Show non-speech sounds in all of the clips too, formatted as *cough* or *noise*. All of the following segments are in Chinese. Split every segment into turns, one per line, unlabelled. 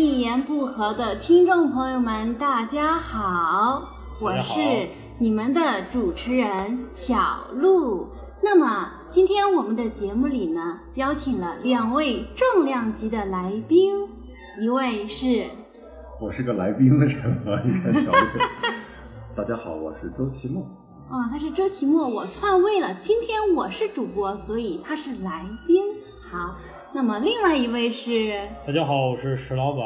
言不合的听众朋友们，大家好，我是你们的主持人小鹿。那么今天我们的节目里呢，邀请了两位重量级的来宾，一位是，
我是个来宾的人 *laughs* 啊，你看小鹿。大家好，我是周奇墨。
哦，他是周奇墨，我篡位了。今天我是主播，所以他是来宾。好，那么另外一位是，
大家好，我是石老板。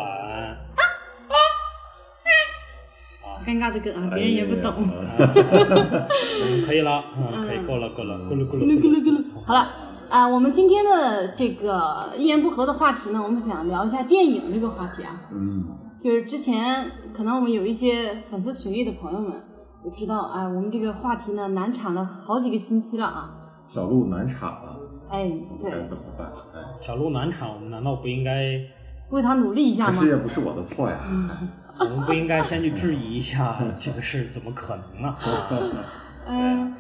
尴尬的梗啊，别人也不
哎
懂。 *laughs*
嗯可以了，嗯，可以，够了，够了，够了，够了，
咕噜咕噜咕
了。
噜。好了，啊、我们今天的这个一言不合的话题呢，我们想聊一下电影这个话题啊。
嗯，
就是之前可能我们有一些粉丝群里的朋友们，我知道，哎，我们这个话题呢难产了好几个星期了啊。
小鹿难产了，
哎，
我们该
对，
怎么办？哎，
小鹿难产，我们难道不应该，
为他努力一下
可
吗
是？也不是我的错呀。
我们不应该先去质疑一 *laughs* 下这个事怎么可能啊呢？
嗯，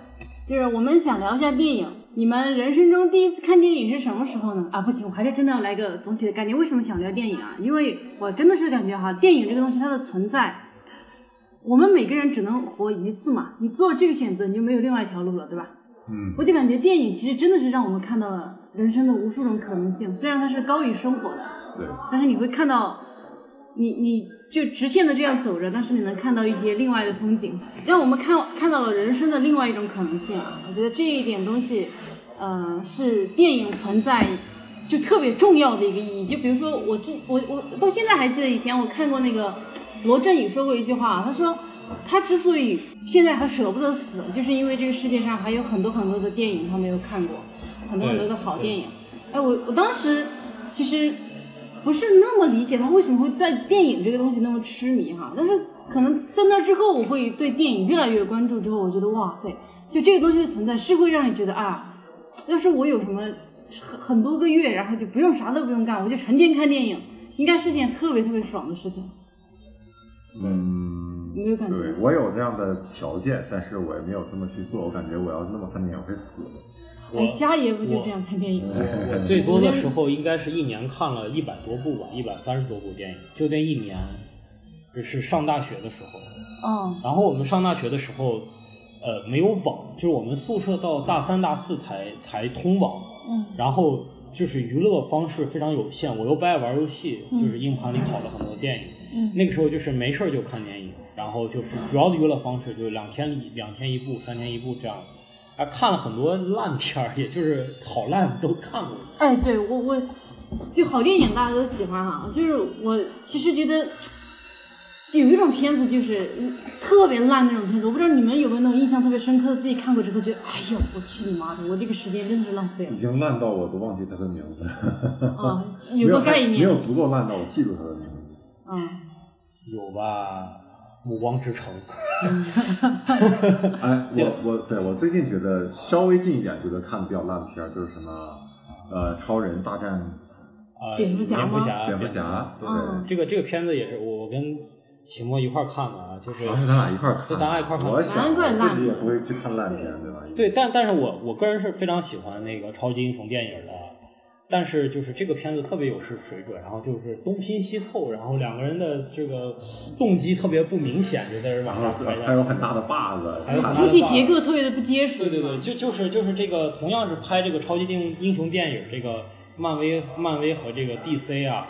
就是我们想聊一下电影。你们人生中第一次看电影是什么时候呢？啊，不行，我还是真的要来个总体的概念。为什么想聊电影啊？因为我真的是感觉哈，电影这个东西它的存在，我们每个人只能活一次嘛。你做这个选择，你就没有另外一条路了，对吧？
嗯，
我就感觉电影其实真的是让我们看到了人生的无数种可能性，虽然它是高于生活的，
对，
*laughs* 但是你会看到，你你就直线的这样走着，但是你能看到一些另外的风景，让我们看看到了人生的另外一种可能性啊！我觉得这一点东西，呃，是电影存在就特别重要的一个意义。就比如说我之我我到现在还记得以前我看过那个罗振宇说过一句话，他说。他之所以现在还舍不得死，就是因为这个世界上还有很多很多的电影他没有看过，很多很多的好电影。哎，我我当时其实不是那么理解他为什么会对电影这个东西那么痴迷哈，但是可能在那之后，我会对电影越来越关注。之后我觉得哇塞，就这个东西的存在是会让你觉得啊，要是我有什么很很多个月，然后就不用啥都不用干，我就成天看电影，应该是件特别特别爽的事情。
嗯，
有没有感觉
对我有这样的条件，但是我也没有这么去做。我感觉我要那么看电影会死
*laughs*
的。
哎，
我
家爷不就这样看电影？
我我最多的时候应该是一年看了一百多部吧，一百三十多部电影，就那一年，这是上大学的时候。
哦，
然后我们上大学的时候，呃，没有网，就是我们宿舍到大三、大四才才通网。
嗯。
然后就是娱乐方式非常有限，我又不爱玩游戏，就是硬盘里拷了很多电影。
嗯。
那个时候就是没事儿就看电影，然后就是主要的娱乐方式就是两天一两天一部，三天一部这样。啊，看了很多烂片儿，也就是好烂都看过一些。
哎，对我我就好电影大家都喜欢哈、就是我其实觉得就有一种片子就是嗯特别烂那种片子，我不知道你们有没有那种印象特别深刻的，自己看过之后觉得哎呦我去你妈的，我这个时间真的是浪费
*laughs*
了
已经烂到我都忘记他的名字，
啊，
没
有个
太
概
没
念 *laughs*
有足够烂到我记住他的名字。
啊， *laughs*
有吧，《暮光之城》
嗯
哎，我我对我最近觉得稍微近一点，觉得看的比较烂的片儿就是什么，呃，超人大战
啊，
蝙蝠侠吗
蝙蝠侠，
蝙蝠
蝠
侠，对，
嗯
这个这个片子也是我跟秦墨一块儿看的啊，就是
然后咱俩一块儿看，
就咱俩一块儿看
我想
难怪烂
我自己也不会去看烂片，对吧？
对，但但是我我个人是非常喜欢那个超级英雄电影的，但是就是这个片子特别有水水准，然后就是东拼西凑，然后两个人的这个动机特别不明显，就在这往
然
下
后
拍
还有
下去。
很大的 bug，
还有很大
看
的
主体结构特别的不结实，
对对对，就就是就是这个，同样是拍这个超级英英雄电影，这个漫威漫威和这个 DC 啊，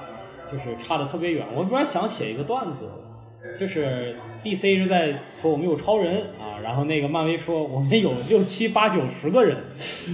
就是差的特别远。我突然想写一个段子，就是 DC 是在说我们有超人啊，然后那个漫威说我们有六七八九十个人，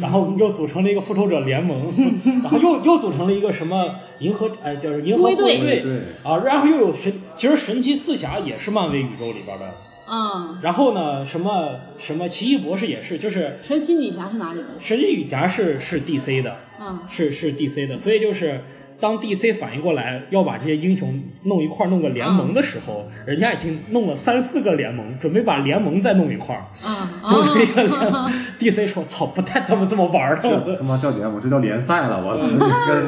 然后我们又组成了一个复仇者联盟，然后又又组成了一个什么银河哎，就是银河护
护卫
卫
队
队啊，然后又有神，其实神奇四侠也是漫威宇宙里边的。
啊，
然后呢，什么什么奇异博士也是，就是
神奇女侠是哪里的？
神奇女侠是是 DC 的，
啊，
是是 DC 的，所以就是当 DC 反应过来要把这些英雄弄一块儿弄个联盟的时候，人家已经弄了三四个联盟，准备把联盟再弄一块儿，
啊
就是一个
啊！
*laughs* 联盟。DC 说：“操，不带他们这么玩儿的。
这他妈叫联盟，这叫联赛
*laughs*
了，我操，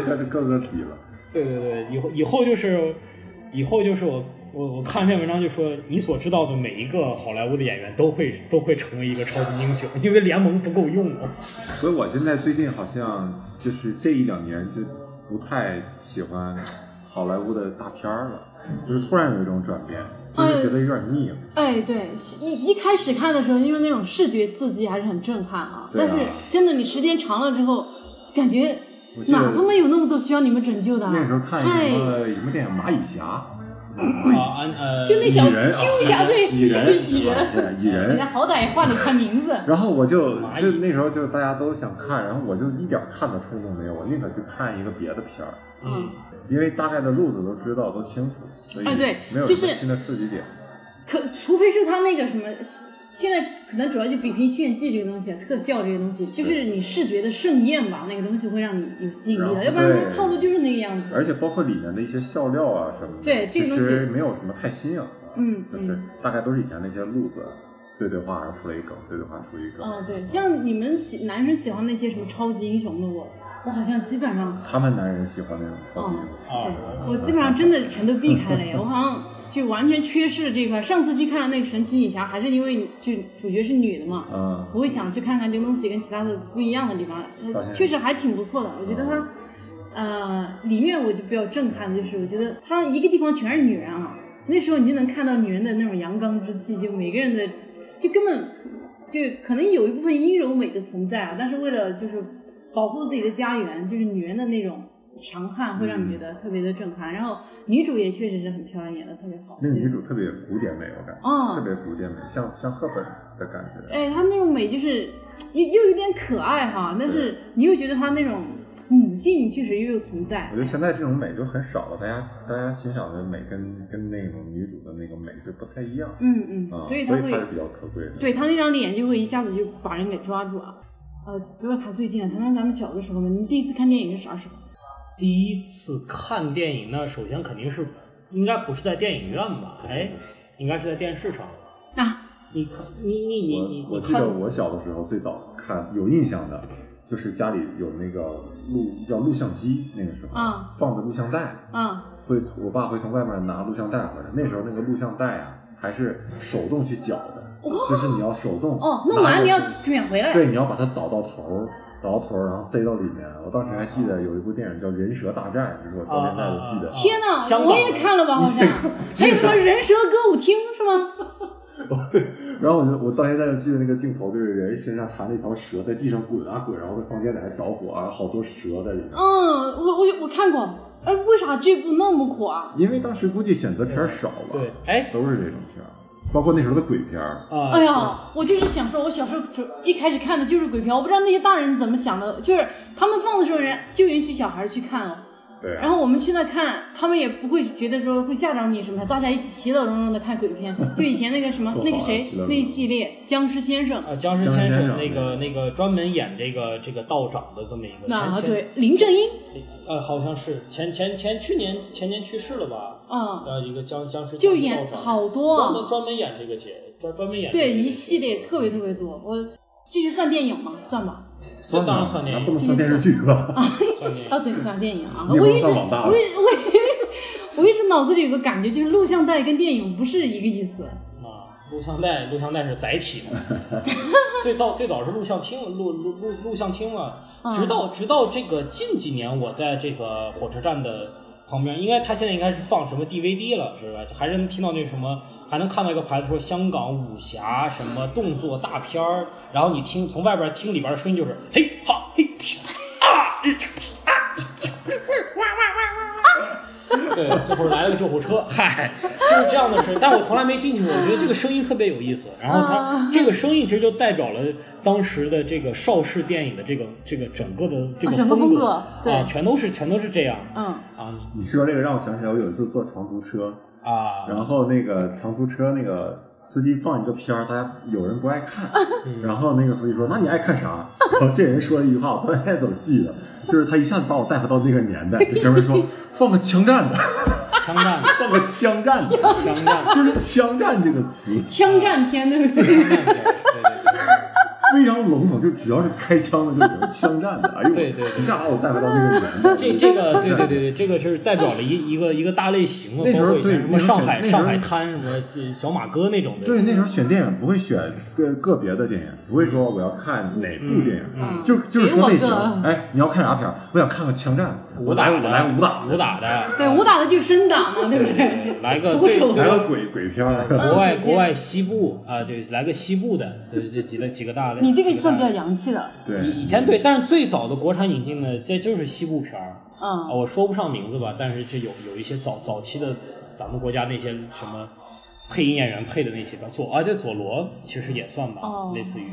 这这各个体了。”
对对对，以后以后就是以后就是我。我我看一篇文章就说，你所知道的每一个好莱坞的演员都会都会成为一个超级英雄，因为联盟不够用哦了。
所以我现在最近好像就是这一两年就不太喜欢好莱坞的大片儿了，就是突然有一种转变，就是觉得有点腻了。
哎，对，是一一开始看的时候，因为那种视觉刺激还是很震撼啊。
对啊
但是真的，你时间长了之后，感觉
我记得
哪他妈有那么多需要你们拯救的啊？
那时候看
太
什么什么电影《蚂蚁侠
啊，安呃，
就那小
蚁人啊
揪一下对》，
蚁人，
蚁人，
对，蚁
人
人
家。 *laughs* 好歹也换了他名字
然后我就
蚂蚁
就那时候就大家都想看，然后我就一点看的冲动没有，我宁可去看一个别的片儿，
嗯
嗯，
因为大概的路子都知道都清楚，所以
哎对
没有
就
什么
是
新的刺激点。
可除非是他那个什么，现在可能主要就比拼炫技这个东西，特效这个东西，就是你视觉的盛宴吧，那个东西会让你有吸引力的，
然后
要不然
对
它套路就是那个样子。
而且包括里面的一些笑料啊什么的，
对这个东西
其实没有什么太新颖的，
嗯
就是
嗯
大概都是以前那些路子，对对话出来一梗，对对话出一梗，
哦，对，像你们喜男生喜欢那些什么超级英雄的我，我好像基本上，
他们男人喜欢那种超级英雄，
对
啊，
我基本上真的全都避开了耶，我好像就完全缺失了这一块。上次去看了那个神奇女侠，还是因为就主角是女的
哦
嘛，
嗯，
我会想去看看这个东西跟其他的不一样的地方，
发
呃
现
确实还挺不错的。我觉得它，呃，里面我就比较震撼的就是，我觉得它一个地方全是女人啊，那时候你就能看到女人的那种阳刚之气，就每个人的，就根本就可能有一部分阴柔美的存在啊，但是为了就是保护自己的家园，就是女人的那种。强悍会
嗯
让你觉得特别的震撼，然后女主也确实是很漂亮，演的特别好。
那
所以
女主特别古典美，我感觉，
哦
特别古典美，像像赫本的感觉，
哎，她那种美就是又又有点可爱哈，但是你又觉得她那种母性确实又有存在
我。觉得现在这种美就很少了，大家大家欣赏的美跟跟那种女主的那个美是不太一样
嗯嗯，
啊，
所
所以
以她
它
会
是比较可贵的，
对她那张脸就会一下子就把人给抓住啊。
嗯
呃，不要谈最近了，谈谈咱们小的时候吧。你第一次看电影是啥时候？
第一次看电影呢，首先肯定是应该不是在电影院吧？哎，应该是在电视上。
啊，
你看，你你你你
我我
你
记
看
得我小的时候最早看有印象的，就是家里有那个录叫录像机，那个时候、
啊
放的录像带，
啊
会我爸会从外面拿录像带回来。那时候那个录像带啊，还是手动去搅的，就是你要手动
哦，弄
拿
完
着
你要卷
*laughs*
回来。
对，你要把它倒到头儿，倒到头儿，然后塞到里面。我当时还记得有一部电影叫《人蛇大战》，就是我到现在都记得。
啊啊啊啊
天哪，
香港
我也看了吧，好像还有什么人蛇歌舞厅是吗？
然后我就我到现在就记得那个镜头，就是人身上缠了一条蛇，在地上滚啊滚，然后在房间里还着火啊，好多蛇在里面。
嗯，我我我看过。哎，为啥这部那么火啊？
因为当时估计选择片儿少了，
对，，哎
都是这种片儿，包括那时候的鬼片儿。
啊，
哎呀，我就是想说，我小时候主一开始看的就是鬼片，我不知道那些大人怎么想的，就是他们放的时候，人就允许小孩去看哦。
对啊，
然后我们去那看，他们也不会觉得说会吓着你什么的，大家一起其乐融融的看鬼片。
*laughs*
就以前那个什么
多好啊
那个谁
其乐融融
那一系列僵尸先生
啊，僵尸
僵尸
先
先
生
生
那个
对
那个专门演这个这个道长的这么一个前
啊，
前
对林正英，
呃，好像是前前前去年前年去世了吧？
嗯，
呃，一个僵僵尸
就
僵尸
演
道长
好多
专
啊
门，专门演这个节，专专门演这
对
个
一
角
系列
色
特别特别多。我这就算电影吗？算吧。
这当然算
了
电
啊那
影，
不能算电视剧吧？
算电
啊，
影。
对，算电影啊，
你也
我
不
一
能
直
算网大了
我一 *laughs* 我一我一直脑子里有个感觉，就是录像带跟电影不是一个意思。
啊，录像带，录像带是载体嘛。最早最早是录像厅，录录录录像厅嘛。
嗯
直到直到这个近几年，我在这个火车站的旁边，应该他现在应该是放什么 DVD 了，是吧？还是能听到那什么，还能看到一个牌子说香港武侠什么动作大片儿，然后你听从外边听里边的声音就是嘿哈嘿噗啊。嗯对，最后来了个救护车，嗨，就是这样的事。但我从来没进去过，我觉得这个声音特别有意思。然后
嗯
它这个声音其实就代表了当时的这个邵氏电影的这个这个整个的这个
啊整个
风
风格对
啊，全都是全都是这样
嗯，
啊
*laughs* 你说这个让我想起来，我有一次坐长途车，
啊
然后那个长途车那个司机放一个片儿，大家有人不爱
*laughs*
看，
嗯
然后那个司机说：“那你爱看啥？”然后这人说了一句话，我到现在都记得，就是他一下子把我带回到那个年代。这哥们儿说：“放个枪战的，
枪战
放个枪战的，
枪战
就是枪战这个词
枪战片对不对？
枪战片儿，对对对。
非常笼统，就只要是开枪的就有枪战的。”哎呦，
对对对
一下把我带回到那个年代。
这这个对对对对，这个是代表了一一个一个大类型啊，
那时候
包括以前
对
什
那
么
时候
上海
那时候
上海滩什么小小马哥那种的，
对，那时候选电影不会选个个别的电影，不会说我要看哪部电影，
嗯
就就是说类型
给我。个
哎，你要看啥片儿？我想看个枪战，
武打
我
的，
来武打
武打的，
对，武打的就深港嘛，对不对？
对来个
徒
最
手
来个鬼鬼片儿，
国外
嗯
国外西部啊，对，来个西部的，对，这几个几个大类。
你这个
几大
算比较
类
洋气的，
对
以以前对，但是最早的国产引进的这就是西部片儿啊，
嗯，
我说不上名字吧，但是就有有一些早早期的咱们国家那些什么配音演员配的那些吧，佐啊，这佐罗其实也算吧，
哦
类似于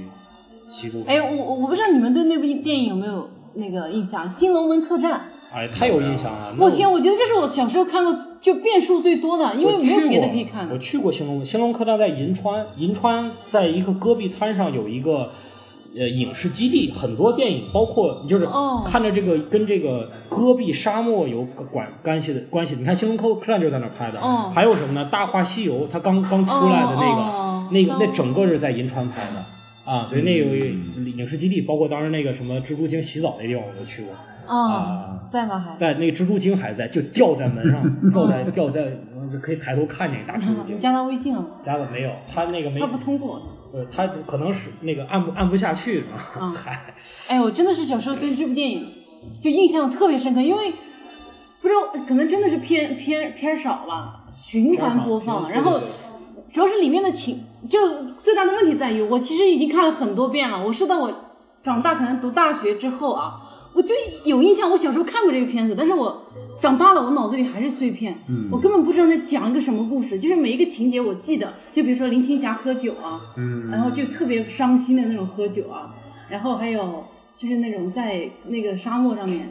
西部
哎，
片。
我我我不知道你们对那部电影有没有那个印象，《新龙门客栈》。
哎，太有印象了！那
我天，我觉得这是我小时候看过就变数最多的，因为
我
没
去
有别的
过
可以看啊
我
了。
去过兴隆，兴隆客栈在银川，银川在一个戈壁滩上有一个呃影视基地，很多电影，包括就是
哦
看着这个、跟这个戈壁沙漠有关关系的关系的。你看兴隆客客栈就是在那儿拍的，
哦
还有什么呢？《大话西游》它刚刚出来的那个，
哦哦
那个
哦
那整个是在银川拍的。啊，所以那个影视基地，包括当时那个什么蜘蛛精洗澡那地方，我都去过
啊，
啊。
在吗？还？
在那个蜘蛛精还在，就吊在门
*laughs*
上，吊在吊在，呃可以抬头看见一大蜘蛛
你
精。
加他微信了吗？
加的没有，他那个
嗯
没
他，不通过。
呃，他可能是那个按不按不下去嘛。
嗯
嗨，
哎，我真的是小时候对这部电影就印象特别深刻，因为不知道可能真的是片片片儿少吧，循环播放，然后
对对
主要是里面的情，就最大的问题在于，我其实已经看了很多遍了，我是到我长大可能读大学之后啊，我就有印象，我小时候看过这个片子，但是我长大了，我脑子里还是碎片，
嗯
我根本不知道在讲一个什么故事，就是每一个情节我记得，就比如说林青霞喝酒啊，
嗯，
然后就特别伤心的那种喝酒啊，然后还有就是那种在那个沙漠上面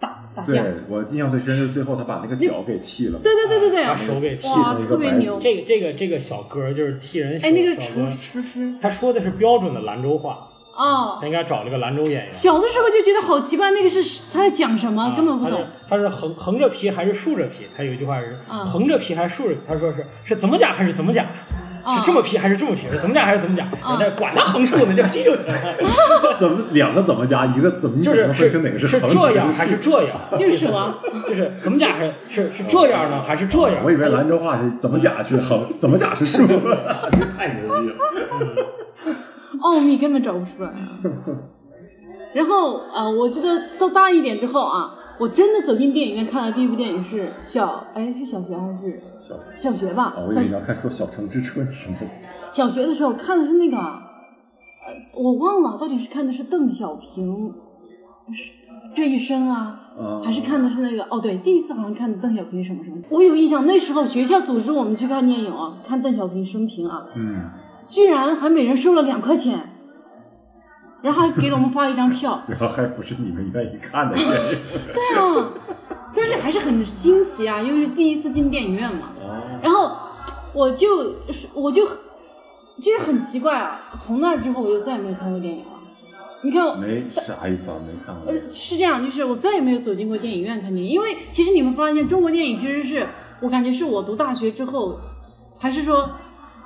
打打架，
对我印象最深就是最后他把那个脚给剃了，
对对对对
嗯
对，啊
把手给剃
了
哇，
一个
特别
白
牛
骨！
这个这个这个小哥就是替人小
哎，那个
小
厨
哥，
厨师
他说的是标准的兰州话，
哦，
他应该找这个兰州演员。
小的时候就觉得好奇怪，那个是他在讲什么，
啊
根本不
他
懂
是。他是横横着皮还是竖着皮？他有一句话是
啊
横着皮还是竖着皮？他说是是怎么讲还是怎么讲？
啊
是这么皮还是这么皮？是怎么讲还是怎么讲？
嗯
人家管他横竖呢，就皮就行了。
怎么两个怎么加，一个怎么你
就
怎么
是
能分清哪个
是
横
这样还是
*laughs*
这样？
又是蛇，
就是怎么讲是是是这样呢，还是这样？
啊我以为兰州话是怎么假是横，怎么假是
*laughs*
竖，太牛逼了。
奥秘根本找不出来啊。然后呃，我觉得到大一点之后啊，我真的走进电影院看的第一部电影是小哎是小学还是
*laughs* 小
小学吧？
哦，我以
小
为
学
你要看说《小城之春》什么的，
小学的时候看的是那个，呃，我忘了到底是看的是邓小平是这一生啊，
嗯
还是看的是那个哦，对，第一次好像看的邓小平什么什么。我有印象，那时候学校组织我们去看电影啊，看邓小平生平啊，
嗯，
居然还每人收了两块钱，然后还给了我们发了一张票
*laughs* 。然后还不是你们愿意看的电
*laughs*
影。
对啊，但是还是很新奇啊，因为是第一次进电影院嘛。
哦，
然后我就是我就很就是很奇怪啊，从那之后我就再也没有看过电影了。你看我，
没啥意思啊，没看过
呃，是这样，就是我再也没有走进过电影院看电影，因为其实你们发现中国电影其实是我感觉是我读大学之后，还是说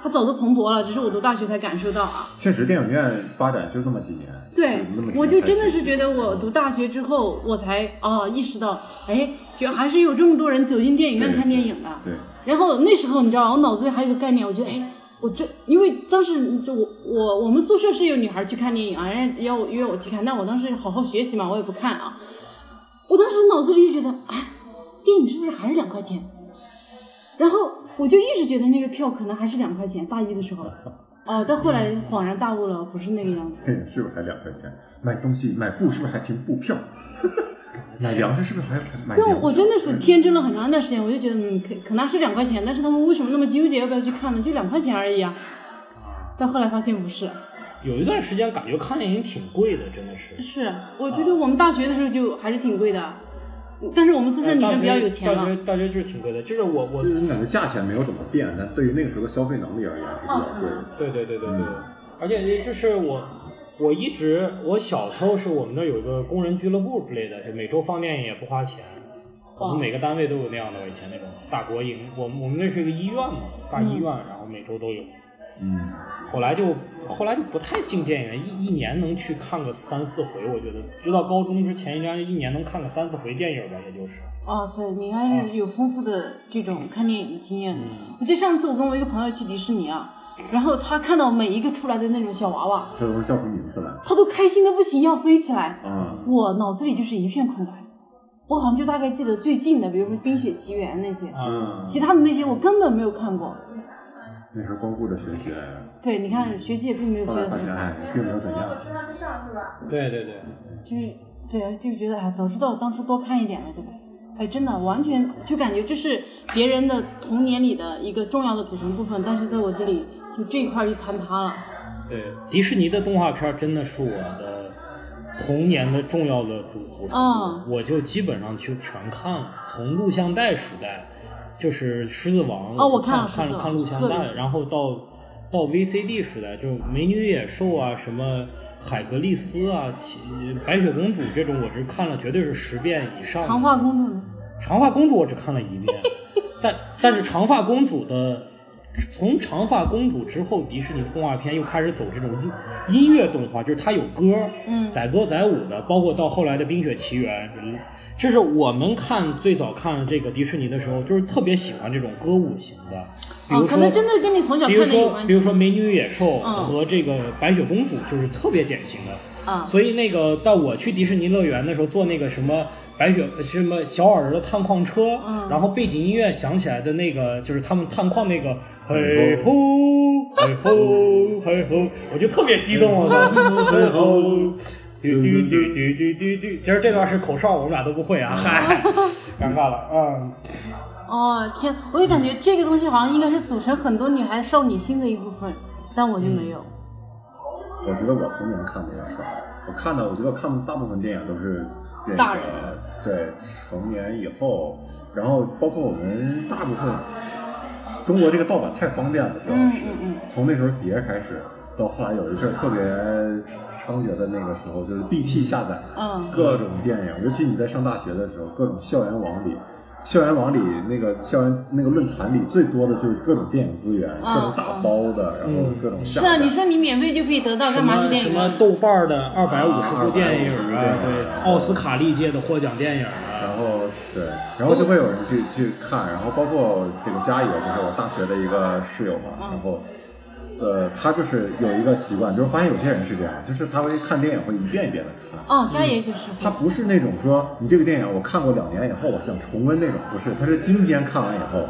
它早就蓬勃了，只是我读大学才感受到啊。
确实，电影院发展就那么几年，
对
嗯那么，几年
我就真的
才
是觉得我读大学之后，我才哦意识到，哎，居然还是有这么多人走进电影院
对
看电影的。
对， *laughs*
然后那时候你知道，我脑子里还有一个概念，我觉得哎，我这因为当时就我我我们宿舍是有女孩去看电影啊，人家要我约我去看，但我当时好好学习嘛，我也不看啊。我当时脑子里就觉得，哎，电影是不是还是两块钱？然后我就一直觉得那个票可能还是两块钱，大一的时候。哦，但后来恍然大悟了，不是那个样子。
电影是不是还两块钱？买东西买布是不是还凭布票？ *laughs* 买粮食是不是还买
对，
粮
我
食？
真的是天真了很长一段时间，我就觉得，嗯，可可能是两块钱，但是他们为什么那么纠结要不要去看呢？就两块钱而已啊。但后来发现不是，
有一段时间感觉看电影挺贵的，真的是。
是，啊我觉得我们大学的时候就还是挺贵的，但是我们宿舍女
呃大
生
学
比较有钱嗯
大
了。
学大学就是挺贵的，就是我我
就是我感觉价钱没有怎么变，但对于那个时候的消费能力而言是比
嗯
较贵的。
对对对对对，
嗯
而且就是我我一直我小时候是我们那儿有一个工人俱乐部之类的，就每周放电影也不花钱。我们每个单位都有那样的，以前那种大国营，我们我们那是一个医院嘛，大医院，然后每周都有。
嗯，
后来就后来就不太进电影院，一一年能去看个三四回，我觉得，直到高中之前，应该一年能看个三四回电影吧，也就是。
哇塞，哦你还是有丰富的这种看电影的经验的。嗯我记得上次我跟我一个朋友去迪士尼啊，然后他看到每一个出来的那种小娃娃，
这都是叫出名字来
他都开心的不行，要飞起来。
啊！
我脑子里就是一片空白，我好像就大概记得最近的，比如说《冰雪奇缘》那些，
啊，
嗯，
其他的那些我根本没有看过。
那时候光顾着学习，
对，你看学习也并没有学
后来
得
发
很
现
快，
哎，并没有怎样。
吃饭就上是吧？
对对对，
就是对啊，就觉得哎，早知道当初多看一点了，对吧？哎，真的完全就感觉这是别人的童年里的一个重要的组成部分，但是在我这里就这一块儿就坍塌了。
对，迪士尼的动画片儿真的是我的童年的重要的主组成部分，
嗯
我就基本上就全看了，从录像带时代，就是《狮子王》
哦我
就
看
看
了狮子
看
王
看录像
特别
带，
喜
然后到到 VCD 时代，就是《美女与野兽》啊，什么海格力斯啊、奇白雪公主这种，我是看了绝对是十遍以上的。
长发公主呢？
长发公主我只看了一
*laughs*
遍，但但是长发公主的，从长发公主之后，迪士尼的动画片又开始走这种音音乐动画，就是它有歌，
嗯
载歌载舞的，包括到后来的《冰雪奇缘》什么的，这是我们看最早看这个迪士尼的时候，就是特别喜欢这种歌舞型的，比
哦
如，
可
说。
能真的跟你从小
比
看
如
的有
说，
关系。
比如说《美女与野兽》
嗯
和这个《白雪公主》就是特别典型的，
啊，
所以那个到我去迪士尼乐园的时候，坐那个什么白雪什么小耳朵探矿车，
嗯
然后背景音乐响起来的那个就是他们探矿那个。嘿
嘿
吼，嘿吼，嘿吼，我就特别激动，我操！嘿吼，嘟嘟嘟嘟嘟嘟嘟，其实这段是口哨，我们俩都不会啊，嗨，尴尬了，嗯，
哦天，我也感觉这个东西好像应该是组成很多女孩少女心的一部分，但我就没有。
我觉得我童年看的也少，我看的我觉得看的大部分电影都是那个
大人
对成年以后，然后包括我们大部分中国这个盗版太方便了，主要
嗯
是、
嗯嗯
从那时候碟开始，到后来有一阵儿特别猖獗的那个时候，就是 BT 下载
嗯
各种电影，尤其你在上大学的时候，各种校园网里。校园网里那个校园那个论坛里最多的就是各种电影资源，
啊
各种打包的，然后
嗯
各种
是
下载。
啊，你说你免费就可以得到，
什
干嘛去
么
电
什
影
么
院？
豆瓣儿的二百五十部电影
250部
啊，
电影
对，奥斯卡历届的获奖电影啊，
然后对，然后就会有人去去看，然后包括这个佳也，就是我大学的一个室友嘛，然后。呃，他就是有一个习惯，就是发现有些人是这样，就是他会看电影会一遍一遍的看，
哦，家也就是。
他不是那种说你这个电影我看过两年以后我想重温那种，不是，他是今天看完以后，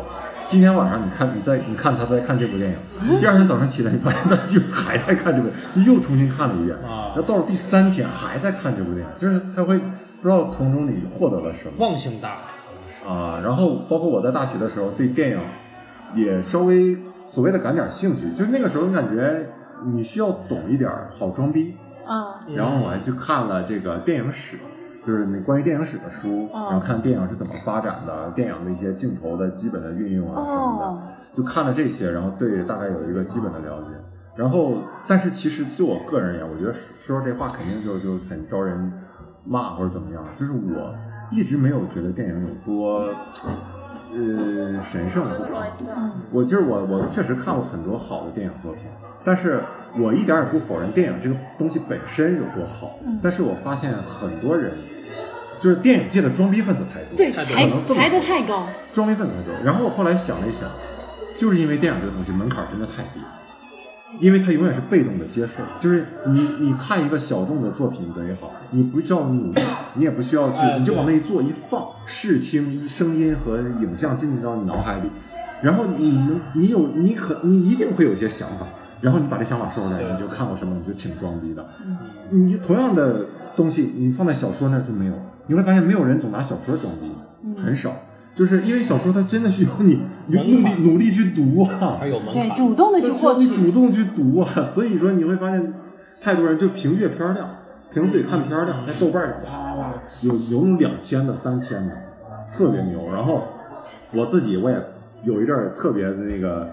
今天晚上你看你在你看他在看这部电影，第二天早上起来你发现他就还在看这部，就又重新看了一遍，
啊
然后到了第三天还在看这部电影，就是他会不知道从中你获得了什么。
忘性大，
啊，然后包括我在大学的时候，对电影也稍微所谓的感点兴趣，就那个时候你感觉你需要懂一点儿好装逼，
嗯
嗯
然后我还去看了这个电影史，就是那关于电影史的书，
哦
然后看电影是怎么发展的，电影的一些镜头的基本的运用啊什么的，
哦
就看了这些，然后对大概有一个基本的了解。然后，但是其实就我个人而言，我觉得说这话肯定就就很招人骂或者怎么样。就是我一直没有觉得电影有多呃神圣或者我就是我，我确实看过很多好的电影作品，但是我一点儿也不否认电影这个东西本身有多好。
嗯
但是我发现很多人，就是电影界的装逼分子太多，
对，
太多
可
抬
能这么
抬得
说
太高。
装逼分子太多。然后我后来想了一想，就是因为电影这个东西门槛真的太低，因为它永远是被动的接受，就是你你看一个小众的作品也好，你不需要努力，你也不需要去
哎，
你就
对
往那一坐一放，视听声音和影像进入到你脑海里，然后你能你有你可你一定会有一些想法，然后你把这想法说出来，
对
你就看过什么你就挺装逼的，你就同样的东西，你放在小说那儿就没有，你会发现没有人总拿小说装逼，很少，就是因为小说它真的需要你你就努
门
力
槛
努力去读啊，
还有门
对，
槛。
主动的去
就
获
是你
取。
主动去读啊， *laughs* 所以说你会发现，太多人就凭阅片量，凭自己看片量，在豆瓣上哗哗哗，有有那种两千的、三千的，特别牛。然后我自己我也有一阵儿特别的那个。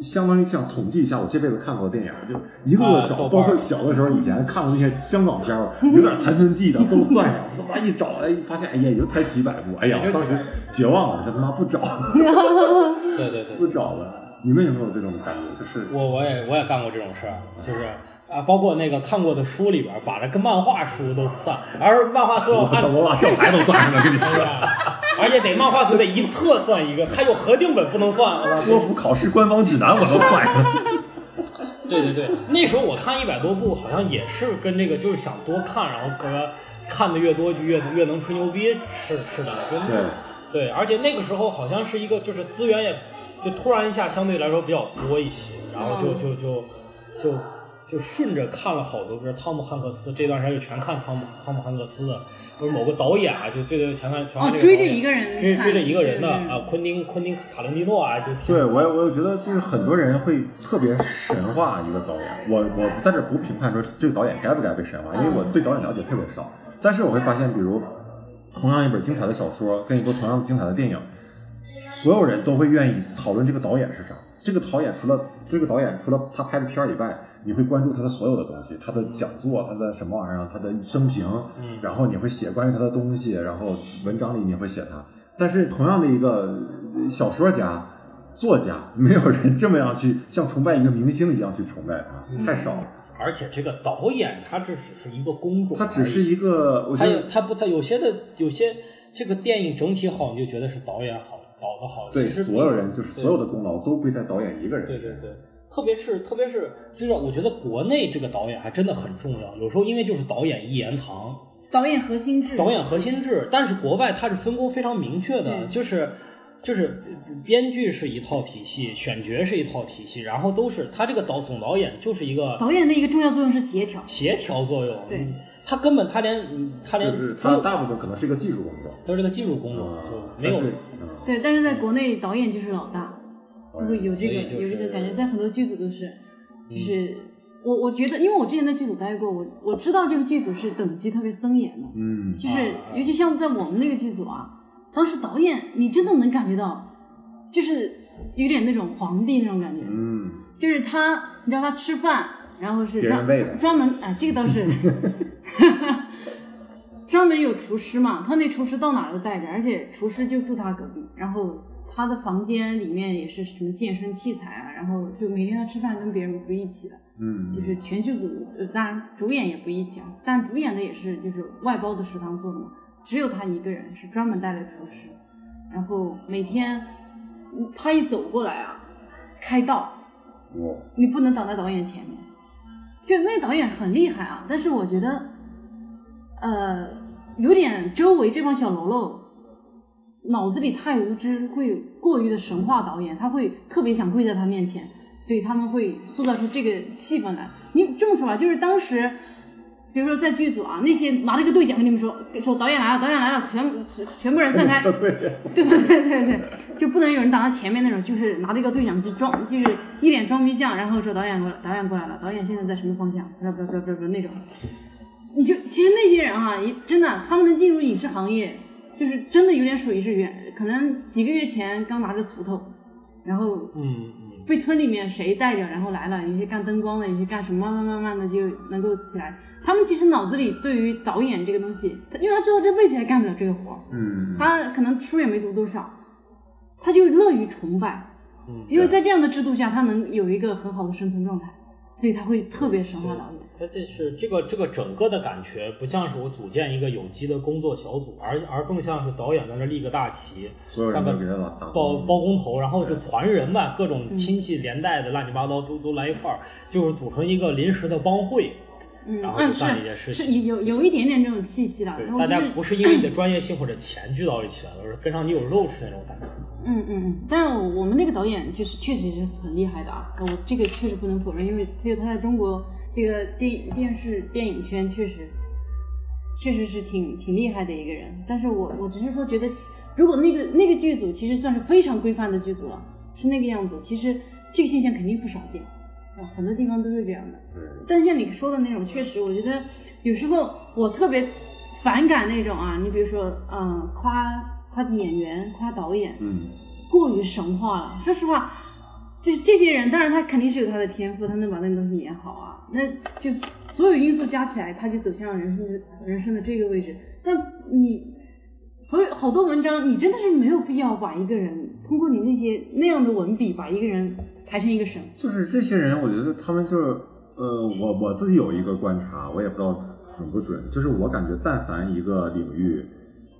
相当于想统计一下我这辈子看过的电影，就一个个
啊
找，
豆瓣
包括小的时候以前看过那些香港片儿，有点残存记忆的都算上，他妈一找，哎，发现哎呀，也就才几百部，哎呀，
也
我
就
当
几
时绝望了，我说他妈不找了，
对对对，
不找了。你们有没有这种感觉？就是
我我也我也干过这种事儿，就是啊，包括那个看过的书里边儿，把这个漫画书都算，而漫画书要
我操，
按
我把教材都算上了，跟你
是
说。
吧？而且得漫画书得一册算一个，它有核定本不能算。啊我操
托福考试官方指南我都算上了。
对对对，那时候我看一百多部，好像也是跟那个就是想多看，然后跟看的越多就越越能吹牛逼，是是的，真
对
的对，而且那个时候好像是一个就是资源也就突然一下相对来说比较多一些，然后
嗯
就就就就就顺着看了好多，比如汤姆汉克斯这段时间就全看汤姆汤姆汉克斯的，或者某个导演啊，就最近全看全
哦
看这，个
追
导
着
演
一个人看，
追追着一个人的
对对
啊，昆汀昆汀塔伦蒂诺啊，就
对我也，我也觉得就是很多人会特别神化一个导演。我我在这不评判说这个导演该不该被神化，因为我对导演了解特别少。但是我会发现，比如同样一本精彩的小说，跟一部同样精彩的电影，所有人都会愿意讨论这个导演是啥。这个导演除了这个导演除了他拍的片儿以外，你会关注他的所有的东西，他的讲座，他的什么玩意儿啊，他的生平，
嗯
然后你会写关于他的东西，然后文章里你会写他。但是同样的一个呃小说家、作家，没有人这么样去像崇拜一个明星一样去崇拜
嗯
他，太少了。
而且这个导演他这只是一个工种而已，
他只是一个，我觉
还有
得
他不在有些的有些这个电影整体好，你就觉得是导演好，导的好，
对
其实
所有人就是
对
所有的功劳都归在导演一个人
对
身
对
上。
对，特别是特别是就是我觉得国内这个导演还真的很重要，有时候因为就是导演一言堂，
导演核心制，
导演核心制，但是国外它是分工非常明确的，
嗯
就是就是编剧是一套体系，选角是一套体系，然后都是他这个导总导演就是一个
导演的一个重要作用是协调，
协调作用，
嗯
嗯
对
他根本他连嗯他连
就是他
他
大部分可能是一个技术工作，
他是个技术工种
啊，
就没有
但是嗯
对，但是在国内导演就是老大，
导演
会有这个、
嗯所以就是嗯
有这个感觉，在很多剧组都是，就是、我我觉得，因为我之前在剧组待过，我我知道这个剧组是等级特别森严的，
嗯，
就是
啊
尤其像在我们那个剧组啊，当时导演你真的能感觉到，就是有点那种皇帝那种感觉，
嗯，
就是他，你知道他吃饭，然后是
别人
专
喂的
专门哎，这个倒
*laughs*
是，专门有厨师嘛，他那厨师到哪儿都带着，而且厨师就住他隔壁，然后他的房间里面也是什么健身器材啊，然后就每天他吃饭跟别人不一起的，
嗯，
就是全剧组，呃当然主演也不一起啊，但主演的也是就是外包的食堂做的嘛，只有他一个人是专门带的厨师，然后每天嗯他一走过来啊，开道。
我
你不能挡在导演前面。就那导演很厉害啊，但是我觉得，呃，有点周围这帮小喽啰脑子里太无知，会过于的神话导演，他会特别想跪在他面前，所以他们会塑造出这个气氛来。你这么说吧，就是当时。比如说在剧组啊，那些拿着个对讲跟你们说，说导演来了，导演来了，全全全部人散开，
撤退。
*laughs* *laughs* 对对对对对，就不能有人挡在前面那种，就是拿着一个对讲机装，就是一脸装逼相，然后说导演过来，导演过来了，导演现在在什么方向？不是不是不是不是不是那种，你就其实那些人哈、也真的，他们能进入影视行业，就是真的有点属于是远，可能几个月前刚拿着锄头，然后
嗯嗯。
被村里面谁带着，然后来了，有些干灯光的，有些干什么，慢慢慢慢的就能够起来。他们其实脑子里对于导演这个东西，他因为他知道这辈子也干不了这个活儿，
嗯，
他可能书也没读多少，他就乐于崇拜，
嗯
因为在这样的制度下，他能有一个很好的生存状态，所以他会特别神话导演。
它这是这个这个整个的感觉，不像是我组建一个有机的工作小组，而而更像是导演在那立个大旗，
所有人都给他打打
包
工
包工头，然后就传人吧，
嗯
各种亲戚连带的乱七八糟都都来一块儿，就是组成一个临时的帮会，
嗯
然后
嗯，
就干这件事
是
情
是有有有一点点这种气息的，
对
啊然，后
大
就是
家不是因为你的专业性或者钱聚到一起了，而是跟上你有肉吃那种感觉。
嗯嗯嗯，但是我们那个导演就是确实是很厉害的啊，我这个确实不能否认，因为这个他在中国这个电电视电影圈确实确实是挺挺厉害的一个人。但是我我只是说觉得，如果那个那个剧组其实算是非常规范的剧组了，是那个样子，其实这个现象肯定不少见，啊，很多地方都是这样的。
对，
但像你说的那种，确实，我觉得有时候我特别反感那种啊，你比如说，嗯，夸夸演员、夸导演，
嗯，
过于神话了。说实话，就是这些人，当然他肯定是有他的天赋，他能把那个东西演好啊。那就是所有因素加起来，他就走向人生的人生的这个位置。但你所有好多文章，你真的是没有必要把一个人通过你那些那样的文笔，把一个人抬成一个神。
就是这些人，我觉得他们就是，呃，我我自己有一个观察，我也不知道准不准，就是我感觉，但凡一个领域，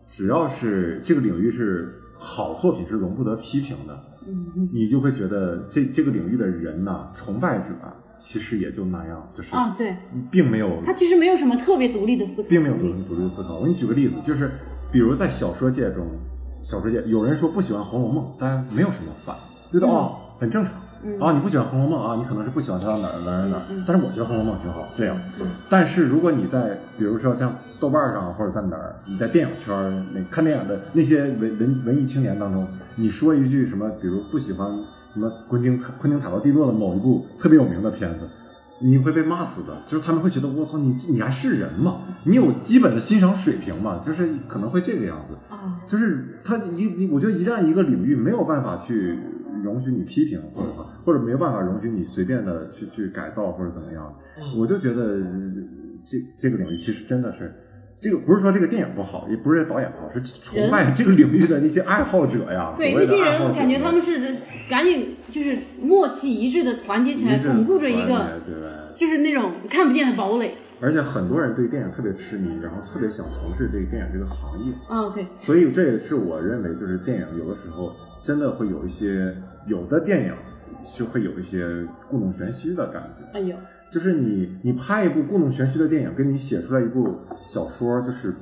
只要是这个领域是好作品是容不得批评的，
嗯
你就会觉得这这个领域的人呐、崇拜者啊其实也就那样，就是
啊，对，
并没有
他其实没有什么特别独立的思考，
并没有独立独立思考。我给你举个例子，就是比如在小说界中，小说界有人说不喜欢《红楼梦》，但没有什么反，觉得哦很正常。
嗯
啊，你不喜欢《红楼梦》啊，你可能是不喜欢它到哪儿哪儿哪儿
嗯嗯，
但是我觉得《红楼梦》挺好，这样。
嗯
但是如果你在，比如说像豆瓣上或者在哪儿，你在电影圈儿那看电影的那些文文文艺青年当中，你说一句什么，比如不喜欢什么昆汀昆汀塔罗蒂诺的某一部特别有名的片子，你会被骂死的。就是他们会觉得我操，你你还是人吗？你有基本的欣赏水平吗？就是可能会这个样子。
啊，
就是他一你，我觉得一旦一个领域没有办法去容许你批评，或者或者没有办法容许你随便的去去改造或者怎么样，
嗯
我就觉得呃这这个领域其实真的是，这个不是说这个电影不好，也不是导演不好，是崇拜这个领域的那些爱好者呀。
*laughs* 对
所
那
谓的
些
爱好
人
者
感觉他们是赶紧就是默契一致的团结起来，
一致
巩固着一
团
个
结对。
就是那种看不见的堡垒。
而且很多人对电影特别痴迷，然后特别想从事这个电影这个行业，
啊，OK，
所以这也是我认为，就是电影有的时候真的会有一些，有的电影就会有一些故弄玄虚的感觉。
哎呦，
就是你你拍一部故弄玄虚的电影，跟你写出来一部小说就是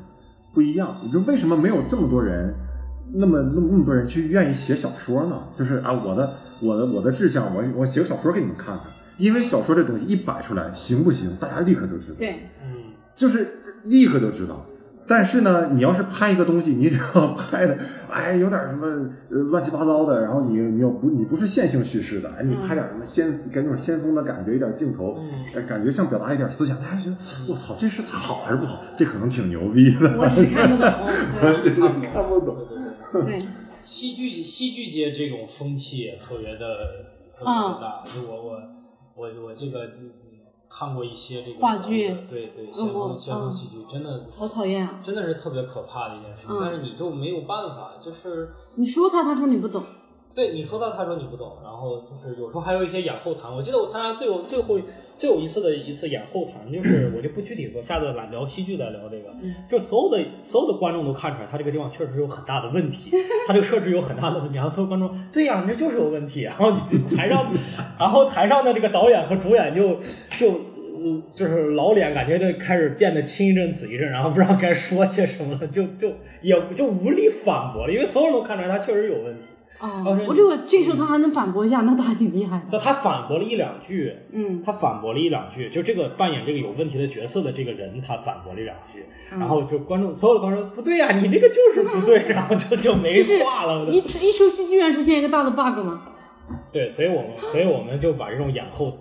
不一样。你说为什么没有这么多人，那么那么那么多人去愿意写小说呢？就是啊，我的我的我的志向，我我写个小说给你们看看。因为小说这东西一摆出来，行不行，大家立刻就知道。
对，
嗯，
就是立刻就知道。但是呢，你要是拍一个东西，你只要拍的，哎，有点什么呃乱七八糟的，然后你你又不你不是线性叙事的，哎，你
嗯
拍点什么先给那种先锋的感觉，一点镜头，
嗯
呃感觉像表达一点思想，大家觉得我操，这是好还是不好？这可能挺牛逼的， *laughs*
我只是看不懂， *laughs*
这个
看不懂
看不懂。
对对，
戏剧戏剧界这种风气也特别的特别的大，
嗯
就我我我我这个嗯看过一些这个
话剧
小的对对先锋
嗯
先锋戏剧，真的
好讨厌啊！
真的是特别可怕的一件事情
嗯，
但是你就没有办法，就是
你说他，他说你不懂，
对你说到他说你不懂，然后就是有时候还有一些演后谈，我记得我参加最有最后最有一次的一次演后谈，就是我就不具体说，下次来聊戏剧再聊这个，就所有的所有的观众都看出来他这个地方确实有很大的问题，他这个设置有很大的问题，然后所有观众对呀、你这就是有问题，然后你台上 *laughs* 然后台上的这个导演和主演就就。嗯，就是老脸感觉就开始变得青一阵紫一阵，然后不知道该说些什么了，就就也就无力反驳了，因为所有人都看出来他确实有问题。
啊
哦是，
我这个这时候他还能反驳一下，那他还挺厉害的。
但他反驳了一两句，
嗯，
他反驳了一两句，就这个扮演这个有问题的角色的这个人，他反驳了一两句，
嗯
然后就观众所有的观众说不对呀、你这个就是不
*laughs*
对，然后就就没
就是
话了。
一出一出戏居然出现一个大的 bug 嘛，
对，所以我们所以我们就把这种演后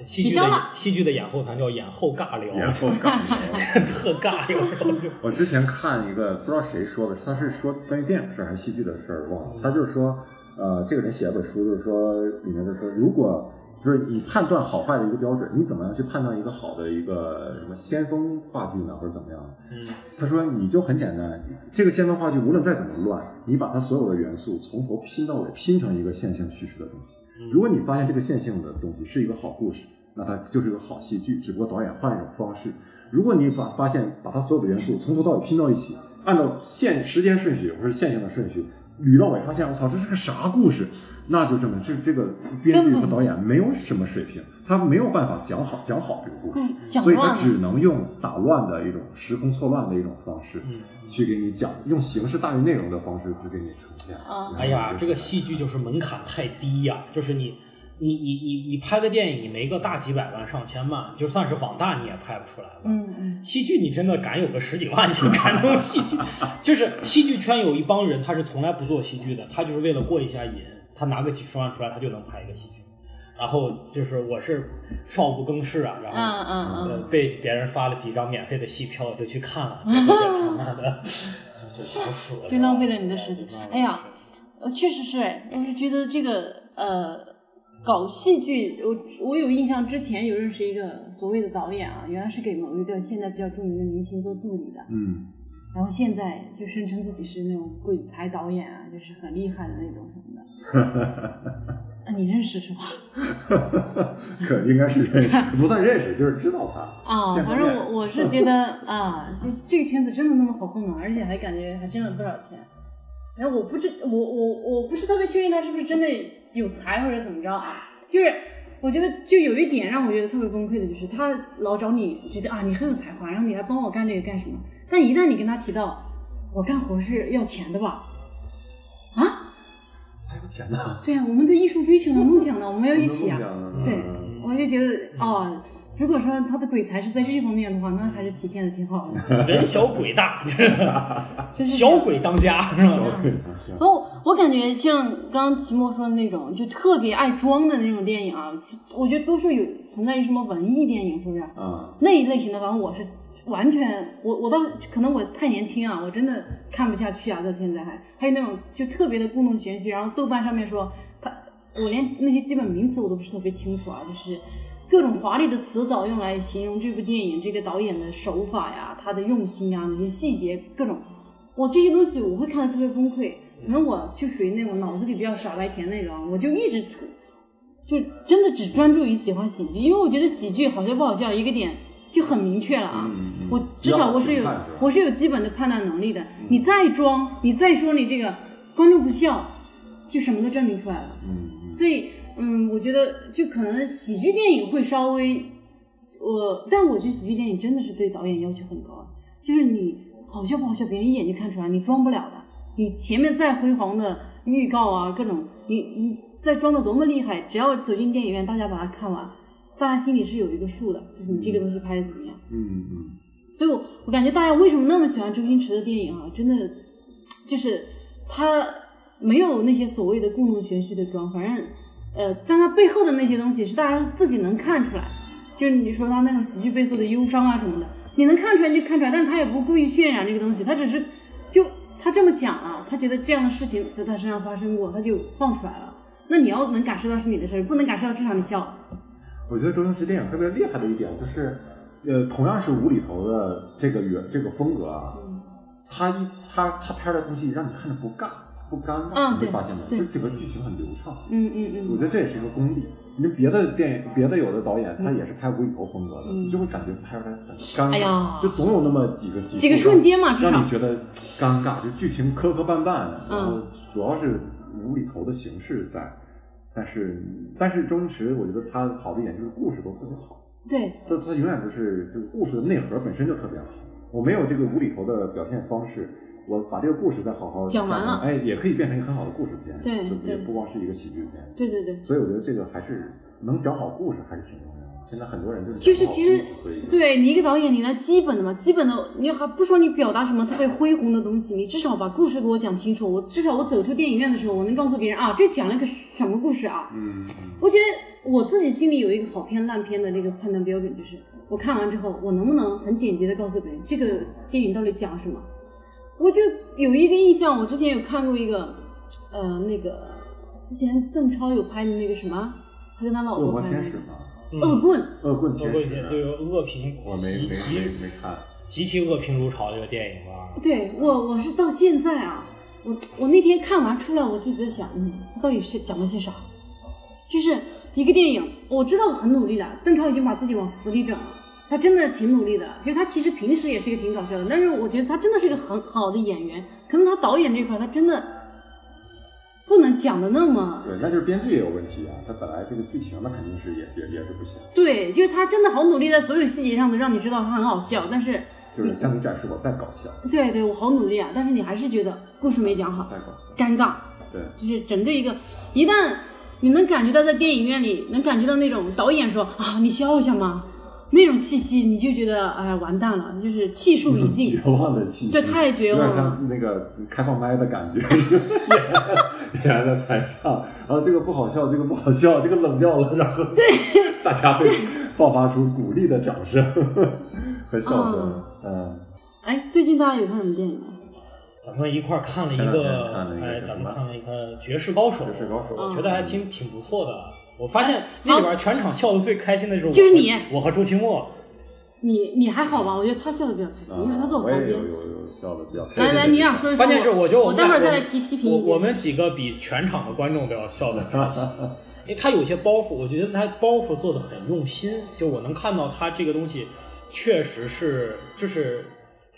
戏
取
剧
消
的
了
戏剧的演后谈叫演后尬聊，
然后感觉，
*laughs* 特尬，有时候
*laughs*
就
我之前看一个不知道谁说的，他是说关于电影事儿还是戏剧的事儿，忘了。他就是说，呃，这个人写了本书，就是说里面就是说，如果就是你判断好坏的一个标准，你怎么样去判断一个好的一个什么先锋话剧呢，或者怎么样？
嗯
他说你就很简单，这个先锋话剧无论再怎么乱，你把它所有的元素从头拼到尾，拼成一个线性叙事的东西。如果你发现这个线性的东西是一个好故事，那它就是一个好戏剧，只不过导演换一种方式。如果你把发现把它所有的元素从头到尾拼到一起，按照线时间顺序或者线性的顺序捋到尾，发现我操这是个啥故事，那就证明这这个编剧和导演没有什么水平，他没有办法讲好讲好这个故事，
嗯讲
所以他
乱了
只能用打乱的一种时空错乱的一种方式。
嗯。
去给你讲，用形式大于内容的方式去给你呈现。
啊
然后
哎呀，
就
这个戏剧就是门槛太低呀、就是你。你你你你拍个电影，你没个大几百万上千万，就算是网大你也拍不出来吧？
嗯嗯，
戏剧你真的敢有个十几万就敢弄戏
*laughs*
剧，就是戏剧圈有一帮人，他是从来不做戏剧的，他就是为了过一下瘾，他拿个几十万出来，他就能拍一个戏剧。然后就是我是少不更事啊，然后
嗯嗯嗯
呃被别人发了几张免费的戏票，我就去看
*laughs*
了，结果就他妈的就就想死了，
真浪费了你的时间
就浪费了
哎呀呃，确实是哎，我是觉得这个呃，搞戏剧，我我有印象，之前有认识一个所谓的导演啊，原来是给某一个现在比较著名的明星做助理的，
嗯， *laughs*
然后现在就声称自己是那种鬼才导演啊，就是很厉害的那种什么的。啊、你认识是吧？
可应该是认识，不算认识，就是知道他。
啊、
见过
反
面
正我我是觉得啊，这这个圈子真的那么好混吗？而且还感觉还挣了不少钱。然后我不知我我我不是特别确定他是不是真的有才或者怎么着啊，就是我觉得就有一点让我觉得特别崩溃的就是他老找你觉得啊你很有才华，然后你来帮我干这个干什么？但一旦你跟他提到我干活是要钱的吧，啊，
还有钱呢，
对呀、我们的艺术追求呢、梦想呢，
嗯
我们要一起啊。
啊
对我就觉得哦，如果说他的鬼才是在这方面的话，那还是体现的挺好
*laughs*
的。
人小鬼
*laughs*
大，
真是
小鬼当家是吧？
然后我感觉像刚刚齐墨说的那种，就特别爱装的那种电影啊，其我觉得多数有存在于什么文艺电影，是不是？
啊，
那一类型的，反正我是完全，我我倒可能我太年轻啊，我真的看不下去啊，到现在还还有那种就特别的故弄玄虚，然后豆瓣上面说他，我连那些基本名词我都不是特别清楚啊，就是各种华丽的词藻用来形容这部电影这个导演的手法呀，他的用心呀，哪些细节各种，我这些东西我会看得特别崩溃，可能我就属于那种脑子里比较傻白甜那种啊，我就一直特就真的只专注于喜欢喜剧，因为我觉得喜剧好笑不好笑一个点就很明确了啊。
嗯嗯
我至少我是有
要评判是吧嗯
我是有基本的判断能力的。你再装，你再说你这个观众不笑，就什么都证明出来了。
嗯
所以，嗯，我觉得就可能喜剧电影会稍微，我，但我觉得喜剧电影真的是对导演要求很高啊，就是你好笑不好笑，别人一眼就看出来，你装不了的。你前面再辉煌的预告啊，各种你你再装的多么厉害，只要走进电影院，大家把它看完，大家心里是有一个数的，就是你这个东西拍的怎么样。
嗯嗯
所以我我感觉大家为什么那么喜欢周星驰的电影啊？真的就是他没有那些所谓的故弄玄虚的装，反正呃，但他背后的那些东西是大家自己能看出来，就是你说他那种喜剧背后的忧伤啊什么的，你能看出来就看出来，但是他也不故意渲染这个东西，他只是就他这么想啊，他觉得这样的事情在他身上发生过，他就放出来了。那你要能感受到是你的事儿，不能感受到至少你笑了。
我觉得周星驰电影特别厉害的一点就是，呃，同样是无厘头的这个原这个风格啊，他一他他拍的东西让你看着不尬不尴尬，
嗯
你会
对
发现吗？
对
就是整个剧情很流畅。
嗯嗯
我
嗯
觉得这也是一个功力。你别的电影，别的有的导演他也是拍无厘头风格的，
嗯
你就会感觉拍出来很尴尬，
哎呀
就总有那么几个集数
几个瞬间嘛至少
让你觉得尴尬，就剧情磕磕绊绊，
嗯
然后主要是无厘头的形式在。但是，但是周星驰，我觉得他好的一点就是故事都特别好，
对，
他他永远就是就是故事的内核本身就特别好。我没有这个无厘头的表现方式，我把这个故事再好好
讲完了
哎，也可以变成一个很好的故事片，
对
就
对
也不光是一个喜剧片。
对对对。
所以我觉得这个还是能讲好故事还是挺重要的。现在很多人就是
就是其实
讲好故事所以
对你一个导演，你连基本的嘛，基本的，你还不说你表达什么特别恢宏的东西，你至少把故事给我讲清楚。我至少我走出电影院的时候，我能告诉别人啊，这讲了个什么故事啊？
嗯，
我觉得我自己心里有一个好片烂片的这个判断标准，就是我看完之后，我能不能很简洁的告诉别人这个电影到底讲什么？我就有一个印象，我之前有看过一个，呃，那个之前邓超有拍的那个什么，他跟他老
恶
婆
魔
拍的
天
那
使
个
嘛，
嗯
恶棍，
恶棍
恶
天
棍天就
使，啊
有恶评，
我没没
极极
没没看。
极其恶评如潮这个电影吧。
对我，我是到现在啊，我我那天看完出来，我自己在想，嗯，他到底是讲了些啥？就是一个电影，我知道我很努力的，邓超已经把自己往死里整了，他真的挺努力的，因为他其实平时也是一个挺搞笑的，但是我觉得他真的是一个很好的演员，可能他导演这块他真的不能讲的那么
对，那就是编剧也有问题啊。他本来这个剧情那肯定是也也也是不行，
对，就是他真的好努力，在所有细节上都让你知道他很好笑，但是
就是向你展示我在搞笑，
对对，我好努力啊，但是你还是觉得故事没讲好，
在搞笑。
尴尬。
对，
就是整个一个，一旦你能感觉到在电影院里能感觉到那种导演说啊，你笑一下嘛，那种气息，你就觉得哎呀完蛋了，就是气数已尽
绝。望的气息，
这太绝望了
嗯有点像那个开放麦的感觉， *laughs* 演演在台上，然后这个不好笑，这个不好笑，这个冷掉了，然后对大家会爆发出鼓励的掌声 *laughs* 和笑
哦
声，嗯，
哎，最近大家有看什么电影吗？
咱们一块儿看了一
前两
个
天看了一，个
哎，
叫
咱
什么
们看了一个《绝世高手》，
绝世高手
嗯
我觉得还挺挺不错的。我发现那里边全场笑的最开心的就是我
就是
和
你
我和周奇墨。
你你还好吧？我觉得他笑的比较开心，因为他
啊
坐
我
旁
也有
边。
有有笑的比较开心，
来来，你俩说一说。
关键是我觉得
我
们
待
俩
会儿再来提批评
我
一句。
我们几个比全场的观众都要笑的开心，因为他有些包袱，我觉得他包袱做的很用心，就我能看到他这个东西确实是就是。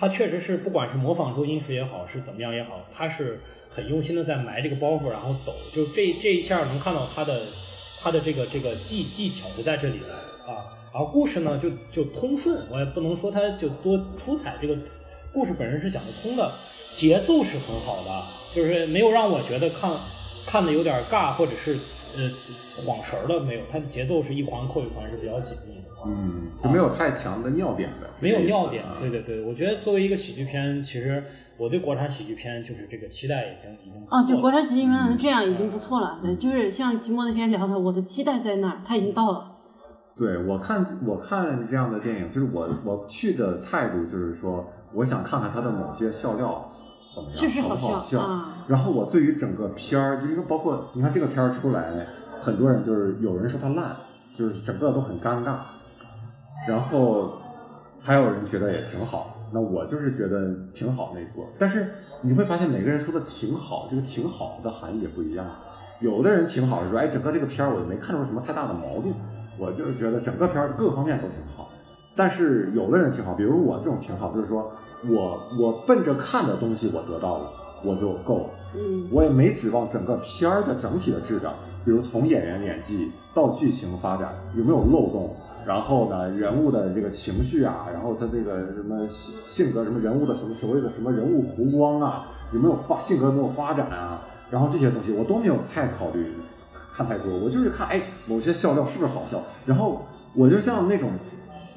他确实是不管是模仿周星驰也好，是怎么样也好，他是很用心的在埋这个包袱，然后抖，就这这一下能看到他的他的这个这个技技巧就在这里了啊。然后故事呢就就通顺，我也不能说它就多出彩，这个故事本身是讲得通的，节奏是很好的，就是没有让我觉得看看的有点尬或者是呃晃神儿的没有，它的节奏是一环扣一环是比较紧密的。
*laughs*
啊
嗯，就没有太强的尿点呗，
没有尿点，
啊
对对对，我觉得作为一个喜剧片，其实我对国产喜剧片就是这个期待已经已经
哦，就
做
国
了
产喜剧片能这样已经不错了。
嗯
对，就是像秦墨那天聊的，我的期待在那儿，他已经到了。
对我看我看这样的电影，就是我我去的态度就是说，我想看看它的某些笑料怎么样，
是不是
好
好
不好
笑啊？
然后我对于整个片儿，就是包括你看这个片儿出来，很多人就是有人说它烂，就是整个都很尴尬，然后还有人觉得也挺好。那我就是觉得挺好那一波，但是你会发现每个人说的挺好，这个挺好的含义也不一样。有的人挺好，说哎，整个这个片儿我没看出什么太大的毛病，我就是觉得整个片儿各个方面都挺好。但是有的人挺好，比如我这种挺好，就是说我我奔着看的东西我得到了，我就够了。
嗯，
我也没指望整个片儿的整体的质量，比如从演员演技到剧情发展有没有漏洞，然后呢人物的这个情绪啊，然后他这个什么性性格什么人物的什么所谓的什么人物弧光啊，有没有发性格有没有发展啊，然后这些东西我都没有太考虑看太多，我就是看哎某些笑料是不是好笑，然后我就像那种。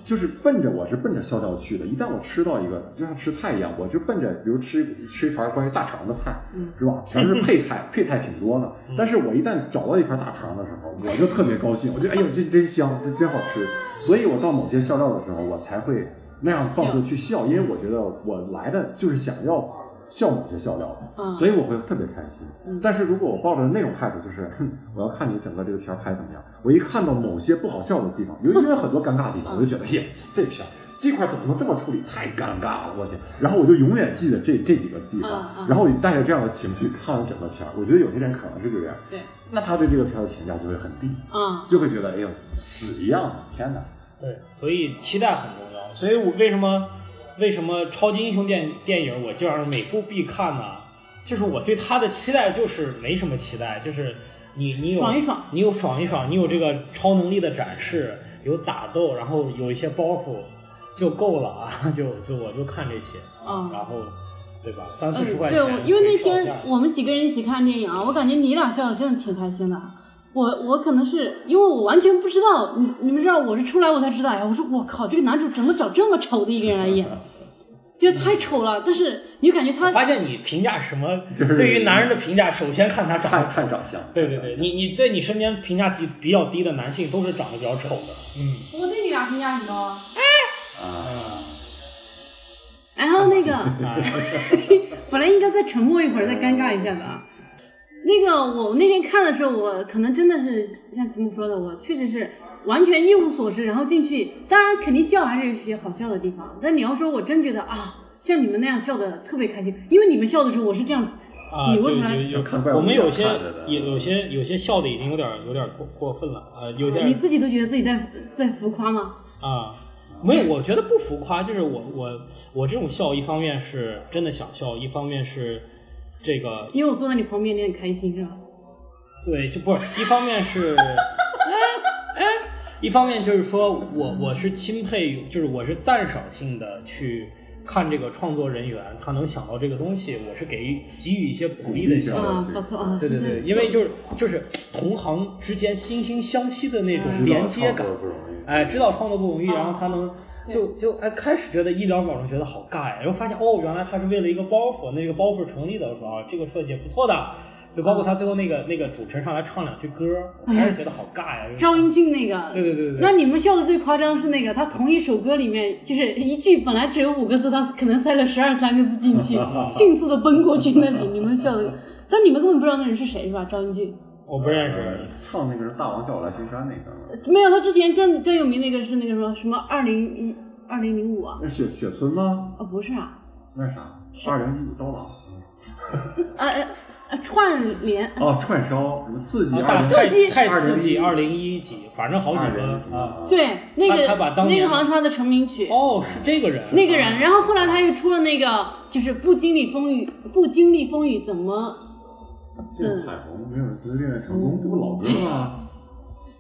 就是奔着我是奔着笑料去的，一旦我吃到一个，就像吃菜一样，我就奔着，比如吃吃一盘关于大肠的菜，
嗯
是吧？全是配菜，配菜挺多的。但是我一旦找到一盘大肠的时候，我就特别高兴，我觉得哎呦，这真香，这真好吃。所以我到某些笑料的时候，我才会那样放肆去笑，因为我觉得我来的就是想要笑某些笑料的。
嗯
所以我会特别开心
嗯。
但是如果我抱着那种态度，就是哼，我要看你整个这个片儿拍怎么样。我一看到某些不好笑的地方，因为因为很多尴尬的地方，我就
嗯
觉得，耶，这片儿这块儿怎么能这么处理？太尴尬了，我天！然后我就永远记得这这几个地
嗯
方，
嗯
然后我就带着这样的情绪看了整个片儿。我觉得有些人可能是这样，
对，
那他对这个片儿的评价就会很低，
啊，
就会觉得，哎呦，屎一样的，天哪！
对，所以期待很重要。所以我为什么为什么超级英雄电电影我基本上每部必看呢？就是我对他的期待就是没什么期待，就是你你有
爽一爽
你有爽一爽，你有这个超能力的展示，有打斗，然后有一些包袱就够了啊！ *laughs* 就就我就看这些，
嗯
然后对吧？三四十
嗯，
块
对，
钱，
我因为那
可以上
天
架
我们几个人一起看电影啊，我感觉你俩笑的真的挺开心的。啊我我可能是因为我完全不知道，你你们知道我是出来我才知道呀。我说我靠，这个男主怎么找这么丑的一个人来
*laughs*
演，就太丑了。但是你就感觉他
我发现你评价什么
就是，
对于男人的评价，首先看他长
看
得
看长相，
对对对，你你对你身边评价比比较低的男性都是长得比较丑的，嗯
我对你俩评价很高啊。
啊，
然后那个
啊，
本来应该再沉默一会儿，再尴尬一下的啊。那个我那天看的时候，我可能真的是像秦牧说的，我确实是完全一无所知，然后进去，当然肯定笑还是有些好笑的地方，但你要说我真觉得啊，像你们那样笑的特别开心，因为你们笑的时候我是这样，
啊，
你
就
为什么
有
看怪
有
物
我们有些
看着的
也有些有些笑的已经有点有点过过分了，呃，有
你
点
自己都觉得自己在在浮夸吗？
啊，没有，我觉得不浮夸，就是我我我这种笑，一方面是真的想笑，一方面是这个
因为我坐在你旁边，你很开心是吧？
对，就不是一方面是，一方面就是说我我是钦佩，就是我是赞赏性的去看这个创作人员，他能想到这个东西，我是给予给予一嗯些鼓励的
对
想法。
啊
是，
不错啊，
对对对，
嗯
因为就是就是同行之间惺惺相惜的那
嗯
种连接感，
不容易。
哎，知道创作不容易，然后他能
啊对
就就哎开始觉得一两秒钟觉得好尬呀，然后发现哦，原来他是为了一个包袱，那个包袱成立的，我说啊这个设计也不错的，就包括他最后那个那个主持人上来唱两句歌，
哎
我还是觉得好尬呀。就是
赵英俊那个，
对对对对
那
对，
你们笑的最夸张是那个，他同一首歌里面，就是一句本来只有五个字，他可能塞了十二三个字进
*laughs*
去，迅速的奔过去那里，你们笑的， *laughs* 但你们根本不知道那人是谁是吧？张英俊
我不认识。
唱那个是《大王叫我来巡山》那个，
没有，他之前更更有名那个是那个什么什么二零一二零零五啊，
那雪雪村吗？
哦不是啊，
啊那啥，二零一五刀郎，
呃呃呃串联，
哦，串烧什么刺激
啊，
二
大
零
刺激
太太刺激，二
2001
零一几，反正好几个
2001
啊。
对，那个
他把当
那
年
个好像是他的成名曲。
哦，是这个人，
那个人，然后后来他又出了那个，就是不经历风雨，不经历风雨怎么
这个彩虹没有人自恋爱成功，这不老歌吗？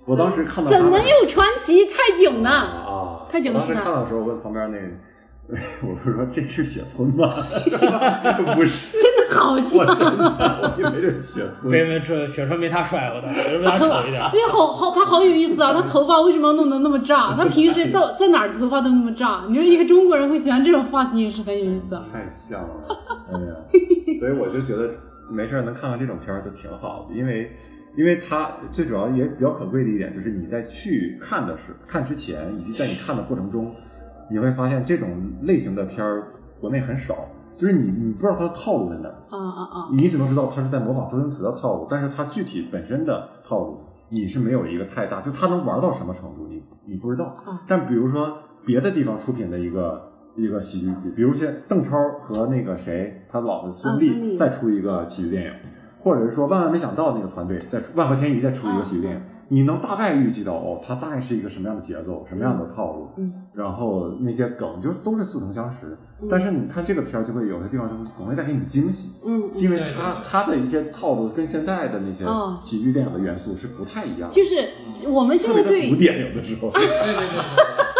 我当时看到
嗯怎
他
么
们
又传奇太久呢？
啊？
太久
我
了 *laughs*
当
是
时
吧
看到的时候，我问旁边那， *laughs* 我不是说这是雪村吗？ *laughs* 不是，
真的好笑
我，真的，我以为这是雪
别
村。
别这雪川没他帅，我的雪川比他丑
*laughs*
一点。
哎，好好，他好有意思啊！他头发为什么要弄得那么炸？他平时到在哪儿头发都那么炸。你说一个中国人会喜欢这种发型也是很有意思啊。
太像了，哎呀，所以我就觉得没事儿能看看这种片儿就挺好的，因为因为它最主要也比较可贵的一点就是你在去看的时看之前，以及在你看的过程中，你会发现这种类型的片儿国内很少，就是你你不知道它的套路在哪儿，
啊啊啊！
你只能知道它是在模仿周星驰的套路，但是它具体本身的套路你是没有一个太大，就它能玩到什么程度你你不知道
嗯。
但比如说别的地方出品的一个一个喜剧，比如现邓超和那个谁他老婆孙
啊孙
俪
俪
再出一个喜剧电影，或者是说万万没想到那个团队再出万和天宜再出一个喜剧电影，你能大概预计到哦，它大概是一个什么样的节奏，什么样的套路，
嗯，
然后那些梗就都是似曾相识
嗯。
但是你看这个片儿，就会有些地方就总会带给你惊喜。
嗯，嗯
因为它它的一些套路跟现在的那些
嗯
喜剧电影的元素是不太一样的，
就是我们现
特
在
别的
对啊
古典有的时候。
对对对对。 *laughs*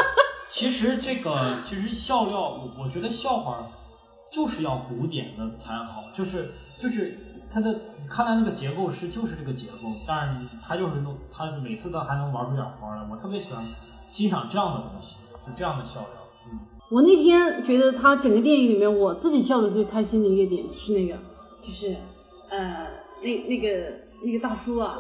其实这个其实笑料，我我觉得笑话就是要古典的才好，就是就是它的看来那个结构是就是这个结构，但是它就是弄它每次都还能玩出点花来，我特别喜欢欣赏这样的东西，就这样的笑料。嗯，
我那天觉得他整个电影里面，我自己笑的最开心的一个点是那个，就是呃，那那个那个大叔啊，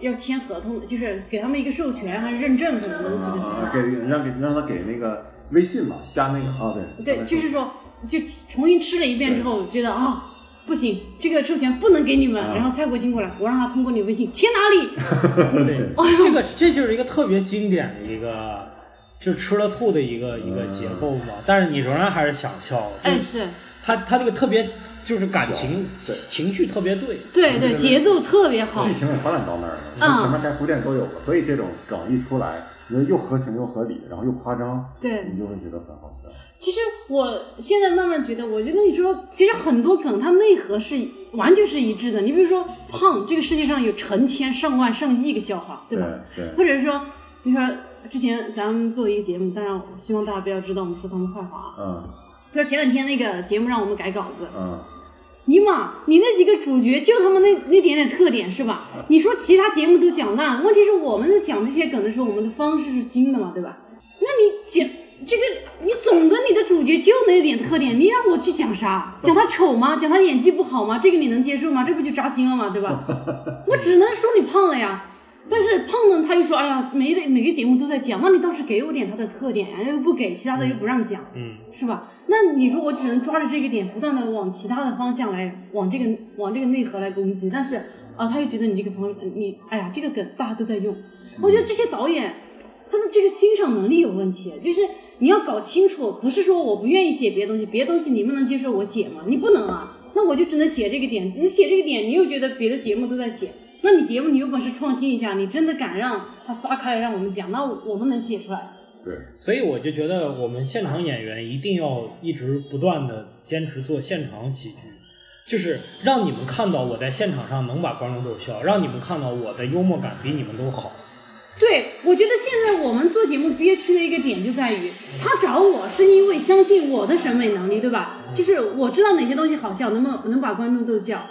要签合同，就是给他们一个授权还是认证什么东西的时候
啊，给让给让他给那个微信嘛，加那个啊，对
对，就是说，就重新吃了一遍之后，我觉得啊、不行，这个授权不能给你们。
啊
然后蔡国庆过来，我让他通过你微信签哪里？
对，这个这就是一个特别经典的一个，就吃了吐的一个一个结构嘛。但是你仍然还是想笑，就
哎，
是
是
他他这个特别就是感情
对
情绪特别对，
*laughs* 对对，节奏特别好
剧。情也发展到那儿了，
嗯
它前面该古典都有了，所以这种梗一出来，你就又合情又合理，然后又夸张，
对
你就会觉得很好笑。
其实我现在慢慢觉得，我觉得你说，其实很多梗它内核是完全是一致的。你比如说胖，这个世界上有成千上万上亿个笑话，对
对
吧？
对，
或者说，你说之前咱们做一个节目，当然我希望大家不要知道我们说他们坏话啊。
嗯
说前两天那个节目让我们改稿子，
嗯，
尼玛，你那几个主角就他妈那那点点特点是吧？你说其他节目都讲烂，问题是我们在讲这些梗的时候，我们的方式是新的嘛，对吧？那你讲这个，你总的你的主角就那点特点，你让我去讲啥？讲他丑吗？讲他演技不好吗？这个你能接受吗？这不就扎心了吗？对吧？我只能说你胖了呀。但是胖了，他又说，哎呀，每个每个节目都在讲，那你倒是给我点他的特点呀，又不给，其他的又不让讲。
嗯，
是吧？那你说我只能抓着这个点，不断的往其他的方向来，往这个往这个内核来攻击，但是啊，他又觉得你这个方你哎呀，这个梗大家都在用，我觉得这些导演他们这个欣赏能力有问题，就是你要搞清楚，不是说我不愿意写别的东西，别的东西你们能接受我写吗？你不能啊，那我就只能写这个点，你写这个点，你又觉得别的节目都在写。那你节目你有本事创新一下，你真的敢让他撒开来让我们讲，那我们能写出来。
对，
所以我就觉得我们现场演员一定要一直不断的坚持做现场喜剧，就是让你们看到我在现场上能把观众逗笑，让你们看到我的幽默感比你们都好。
对，我觉得现在我们做节目憋屈的一个点就在于，他找我是因为相信我的审美能力，对吧？就是我知道哪些东西好笑，能不能能把观众逗笑。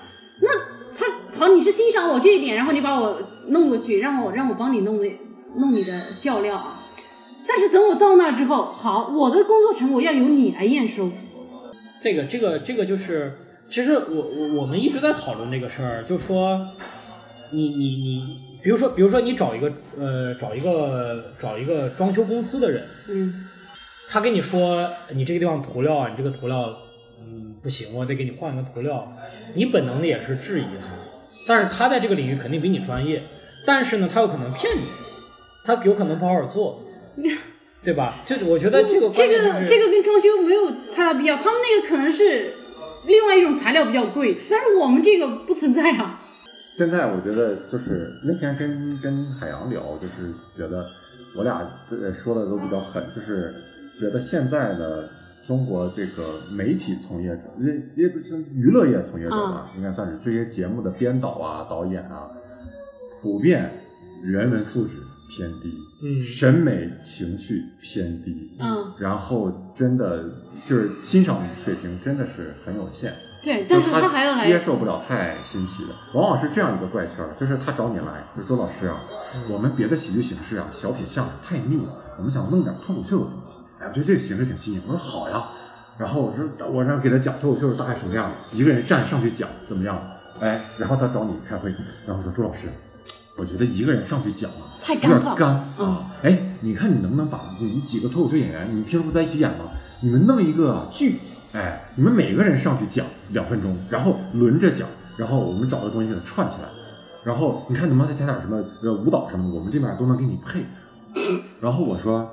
那他好，你是欣赏我这一点，然后你把我弄过去，让我让我帮你弄那弄你的笑料啊。但是等我到那之后，好，我的工作成果要由你来验收。
这个这个这个就是，其实我我我们一直在讨论这个事儿，就说你你你，比如说比如说你找一个呃找一个找一个装修公司的人，
嗯
他跟你说你这个地方涂料啊，你这个涂料，嗯，不行，我得给你换一个涂料。你本能的也是质疑他，但是他在这个领域肯定比你专业，但是呢，他有可能骗你，他有可能不好好做，对吧？就我觉得这个
嗯这
关键就
个
是
啊这个跟装修没有太大必要，他们那个可能是另外一种材料比较贵，但是我们这个不存在啊。
现在我觉得就是那天跟跟海洋聊，就是觉得我俩这说的都比较狠，就是觉得现在的中国这个媒体从业者，也也不是娱乐业从业者吧，应该算是这些节目的编导啊、导演啊，普遍人文素质偏低，
嗯
审美情趣偏低，
嗯，
然后真的就是欣赏水平真的是很有限。
对，但是
就是
他
他
还要
接
来，
受不了太新奇的，往往是这样一个怪圈儿，就是他找你来，就说老师啊，我们别的喜剧形式啊，小品相声太腻了，我们想弄点脱口秀的东西。哎，我觉得这个形式挺新颖。我说好呀，然后我说我让给他讲脱口秀是大概什么样的，一个人站上去讲怎么样？哎，然后他找你开会，然后说朱老师，我觉得一个人上去讲啊，
太
有
干
点
燥
干
嗯
啊。哎，你看你能不能把你们几个脱口秀演员，你们平时不在一起演吗？你们弄一个剧，哎，你们每个人上去讲两分钟，然后轮着讲，然后我们找个东西给它串起来，然后你看能不能再加点什么呃舞蹈什么的，我们这边都能给你
*laughs*
配。然后我说，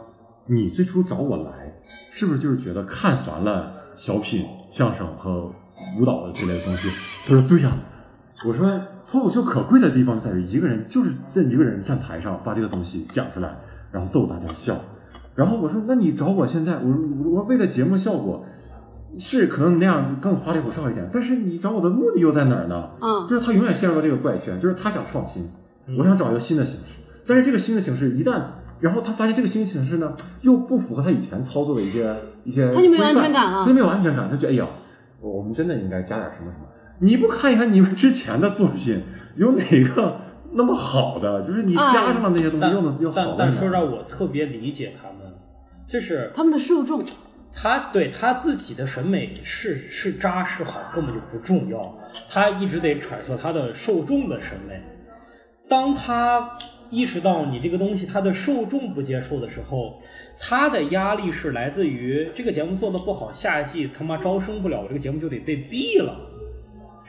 你最初找我来，是不是就是觉得看烦了小品、相声和舞蹈的这类的东西？他说对呀、我说脱口秀可贵的地方在于一个人就是这一个人站台上把这个东西讲出来，然后逗大家笑。然后我说，那你找我现在，我说我说为了节目效果，是可能那样更花里胡哨一点，但是你找我的目的又在哪儿呢？
嗯，
就是他永远陷入到这个怪圈，就是他想创新，
嗯
我想找一个新的形式，但是这个新的形式一旦，然后他发现这个新形式呢，又不符合他以前操作的一些一些规范，
他就没有安全感啊了
他就没有安全感，他觉得哎呀，我我们真的应该加点什么什么。你不看一看你们之前的作品，有哪个那么好的？就是你加上了那些东西，
但
又能又好
哎但
在哪
但说让我特别理解他们，就是
他们的受众，
他对他自己的审美是是渣是好根本就不重要，他一直得揣测他的受众的审美。当他意识到你这个东西他的受众不接受的时候，他的压力是来自于这个节目做的不好，下一季他妈招生不了，我这个节目就得被毙了。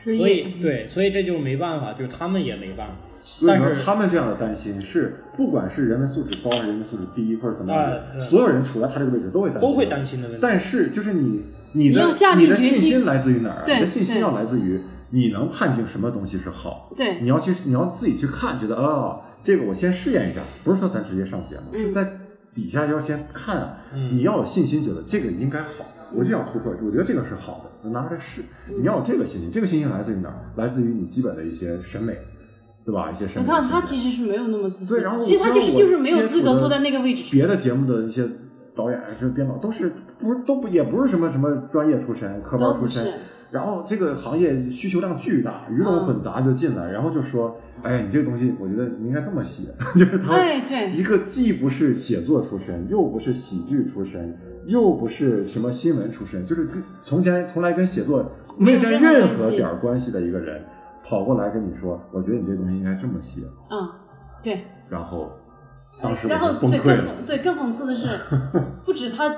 失
所
业嗯
以对，所以这就是没办法，就是他们也没办法。
所以
但
说
是
他们这样的担心是，不管是人文素质高还是人文素质低，或者怎么样
哎，对
所有人处在他这个位置都会担心，
都会担心的问题。
但是就是你你
你
的
要下定
你的
决心
信心来自于哪儿啊？
对
你的信心
对
要来自于你能判定什么东西是好，
对
你要去你要自己去看，觉得啊、哦这个我先试验一下，不是说咱直接上节目，
嗯
是在底下要先看啊，
嗯
你要有信心，觉得这个应该好。我就想突破，我觉得这个是好的，拿出来试。
嗯
你要有这个信心，这个信心来自于哪儿？来自于你基本的一些审美，对吧？一些审
你
美的
看
训练。
他其实是没有那么自信
嗯对然后，我
其实他就是
虽然我
就是没有资格坐在那个位置上。
别的节目的一些导演、是编导都是不是都不也不是什么什么专业出身、科班出
都
身
不是，
然后这个行业需求量巨大，鱼龙混杂就进来，然后就说，哎，你这个东西我觉得你应该这么写， *laughs* 就是他
哎，对，
一个既不是写作出身，又不是喜剧出身，又不是什么新闻出身，就是跟从前从来跟写作没有沾任何点儿关系的一个人，跑过来跟你说，我觉得你这东西应该这么写，
嗯，对。
然后当时我
然后
就崩
对
溃
更
了。
讽对更讽刺的
*laughs*
是，不止他，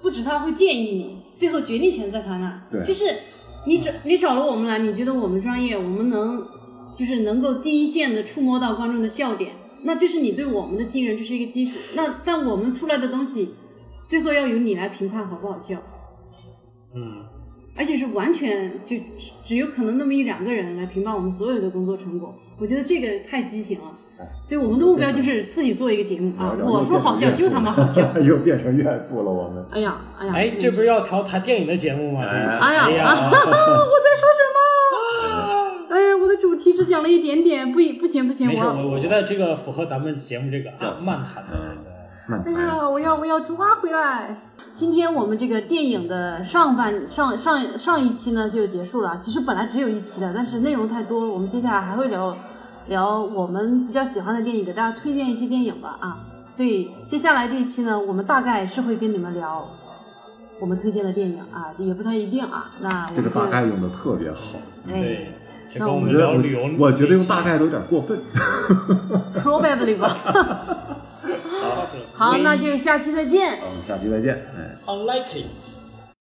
不止他会建议你，最后决定权在他那儿。
对
就是你找你找了我们来，你觉得我们专业，我们能就是能够第一线的触摸到观众的笑点，那这是你对我们的信任，这是一个基础。那但我们出来的东西，最后要由你来评判好不好笑，
嗯，
而且是完全就只只有可能那么一两个人来评判我们所有的工作成果。我觉得这个太畸形了
哎。
所以我们的目标就是自己做一个节目啊！
然后
我说好笑就他妈好笑，， *laughs*
*laughs* 又变成怨妇了。我们
哎呀，哎呀，
哎，这不是要调谈电影的节目吗？这一期
哎呀 *laughs*
哎呀，
我在说什
*laughs*
么？哎呀，我的主题只讲了一点点，不不行不行，
没
*laughs*
事，
要
我我觉得这个符合咱们节目这个啊漫谈的这个。
嗯慢才
哎呀，我要我要抓回来。今天我们这个电影的上半上上上一期呢就结束了，其实本来只有一期的，但是内容太多，我们接下来还会聊聊我们比较喜欢的电影，给大家推荐一些电影吧啊。所以接下来这一期呢，我们大概是会跟你们聊我们推荐的电影啊，也不太一定啊。那我们
这个
就
大概用的特别好，
哎
对，这
那
跟
我
我
我
们
觉得
聊
我
旅游那期，
我觉得用大概都有点过分。
probably 吧。啊 *laughs*
啊
好，那就下期再见。
我们下期再见，哎。
unlikely。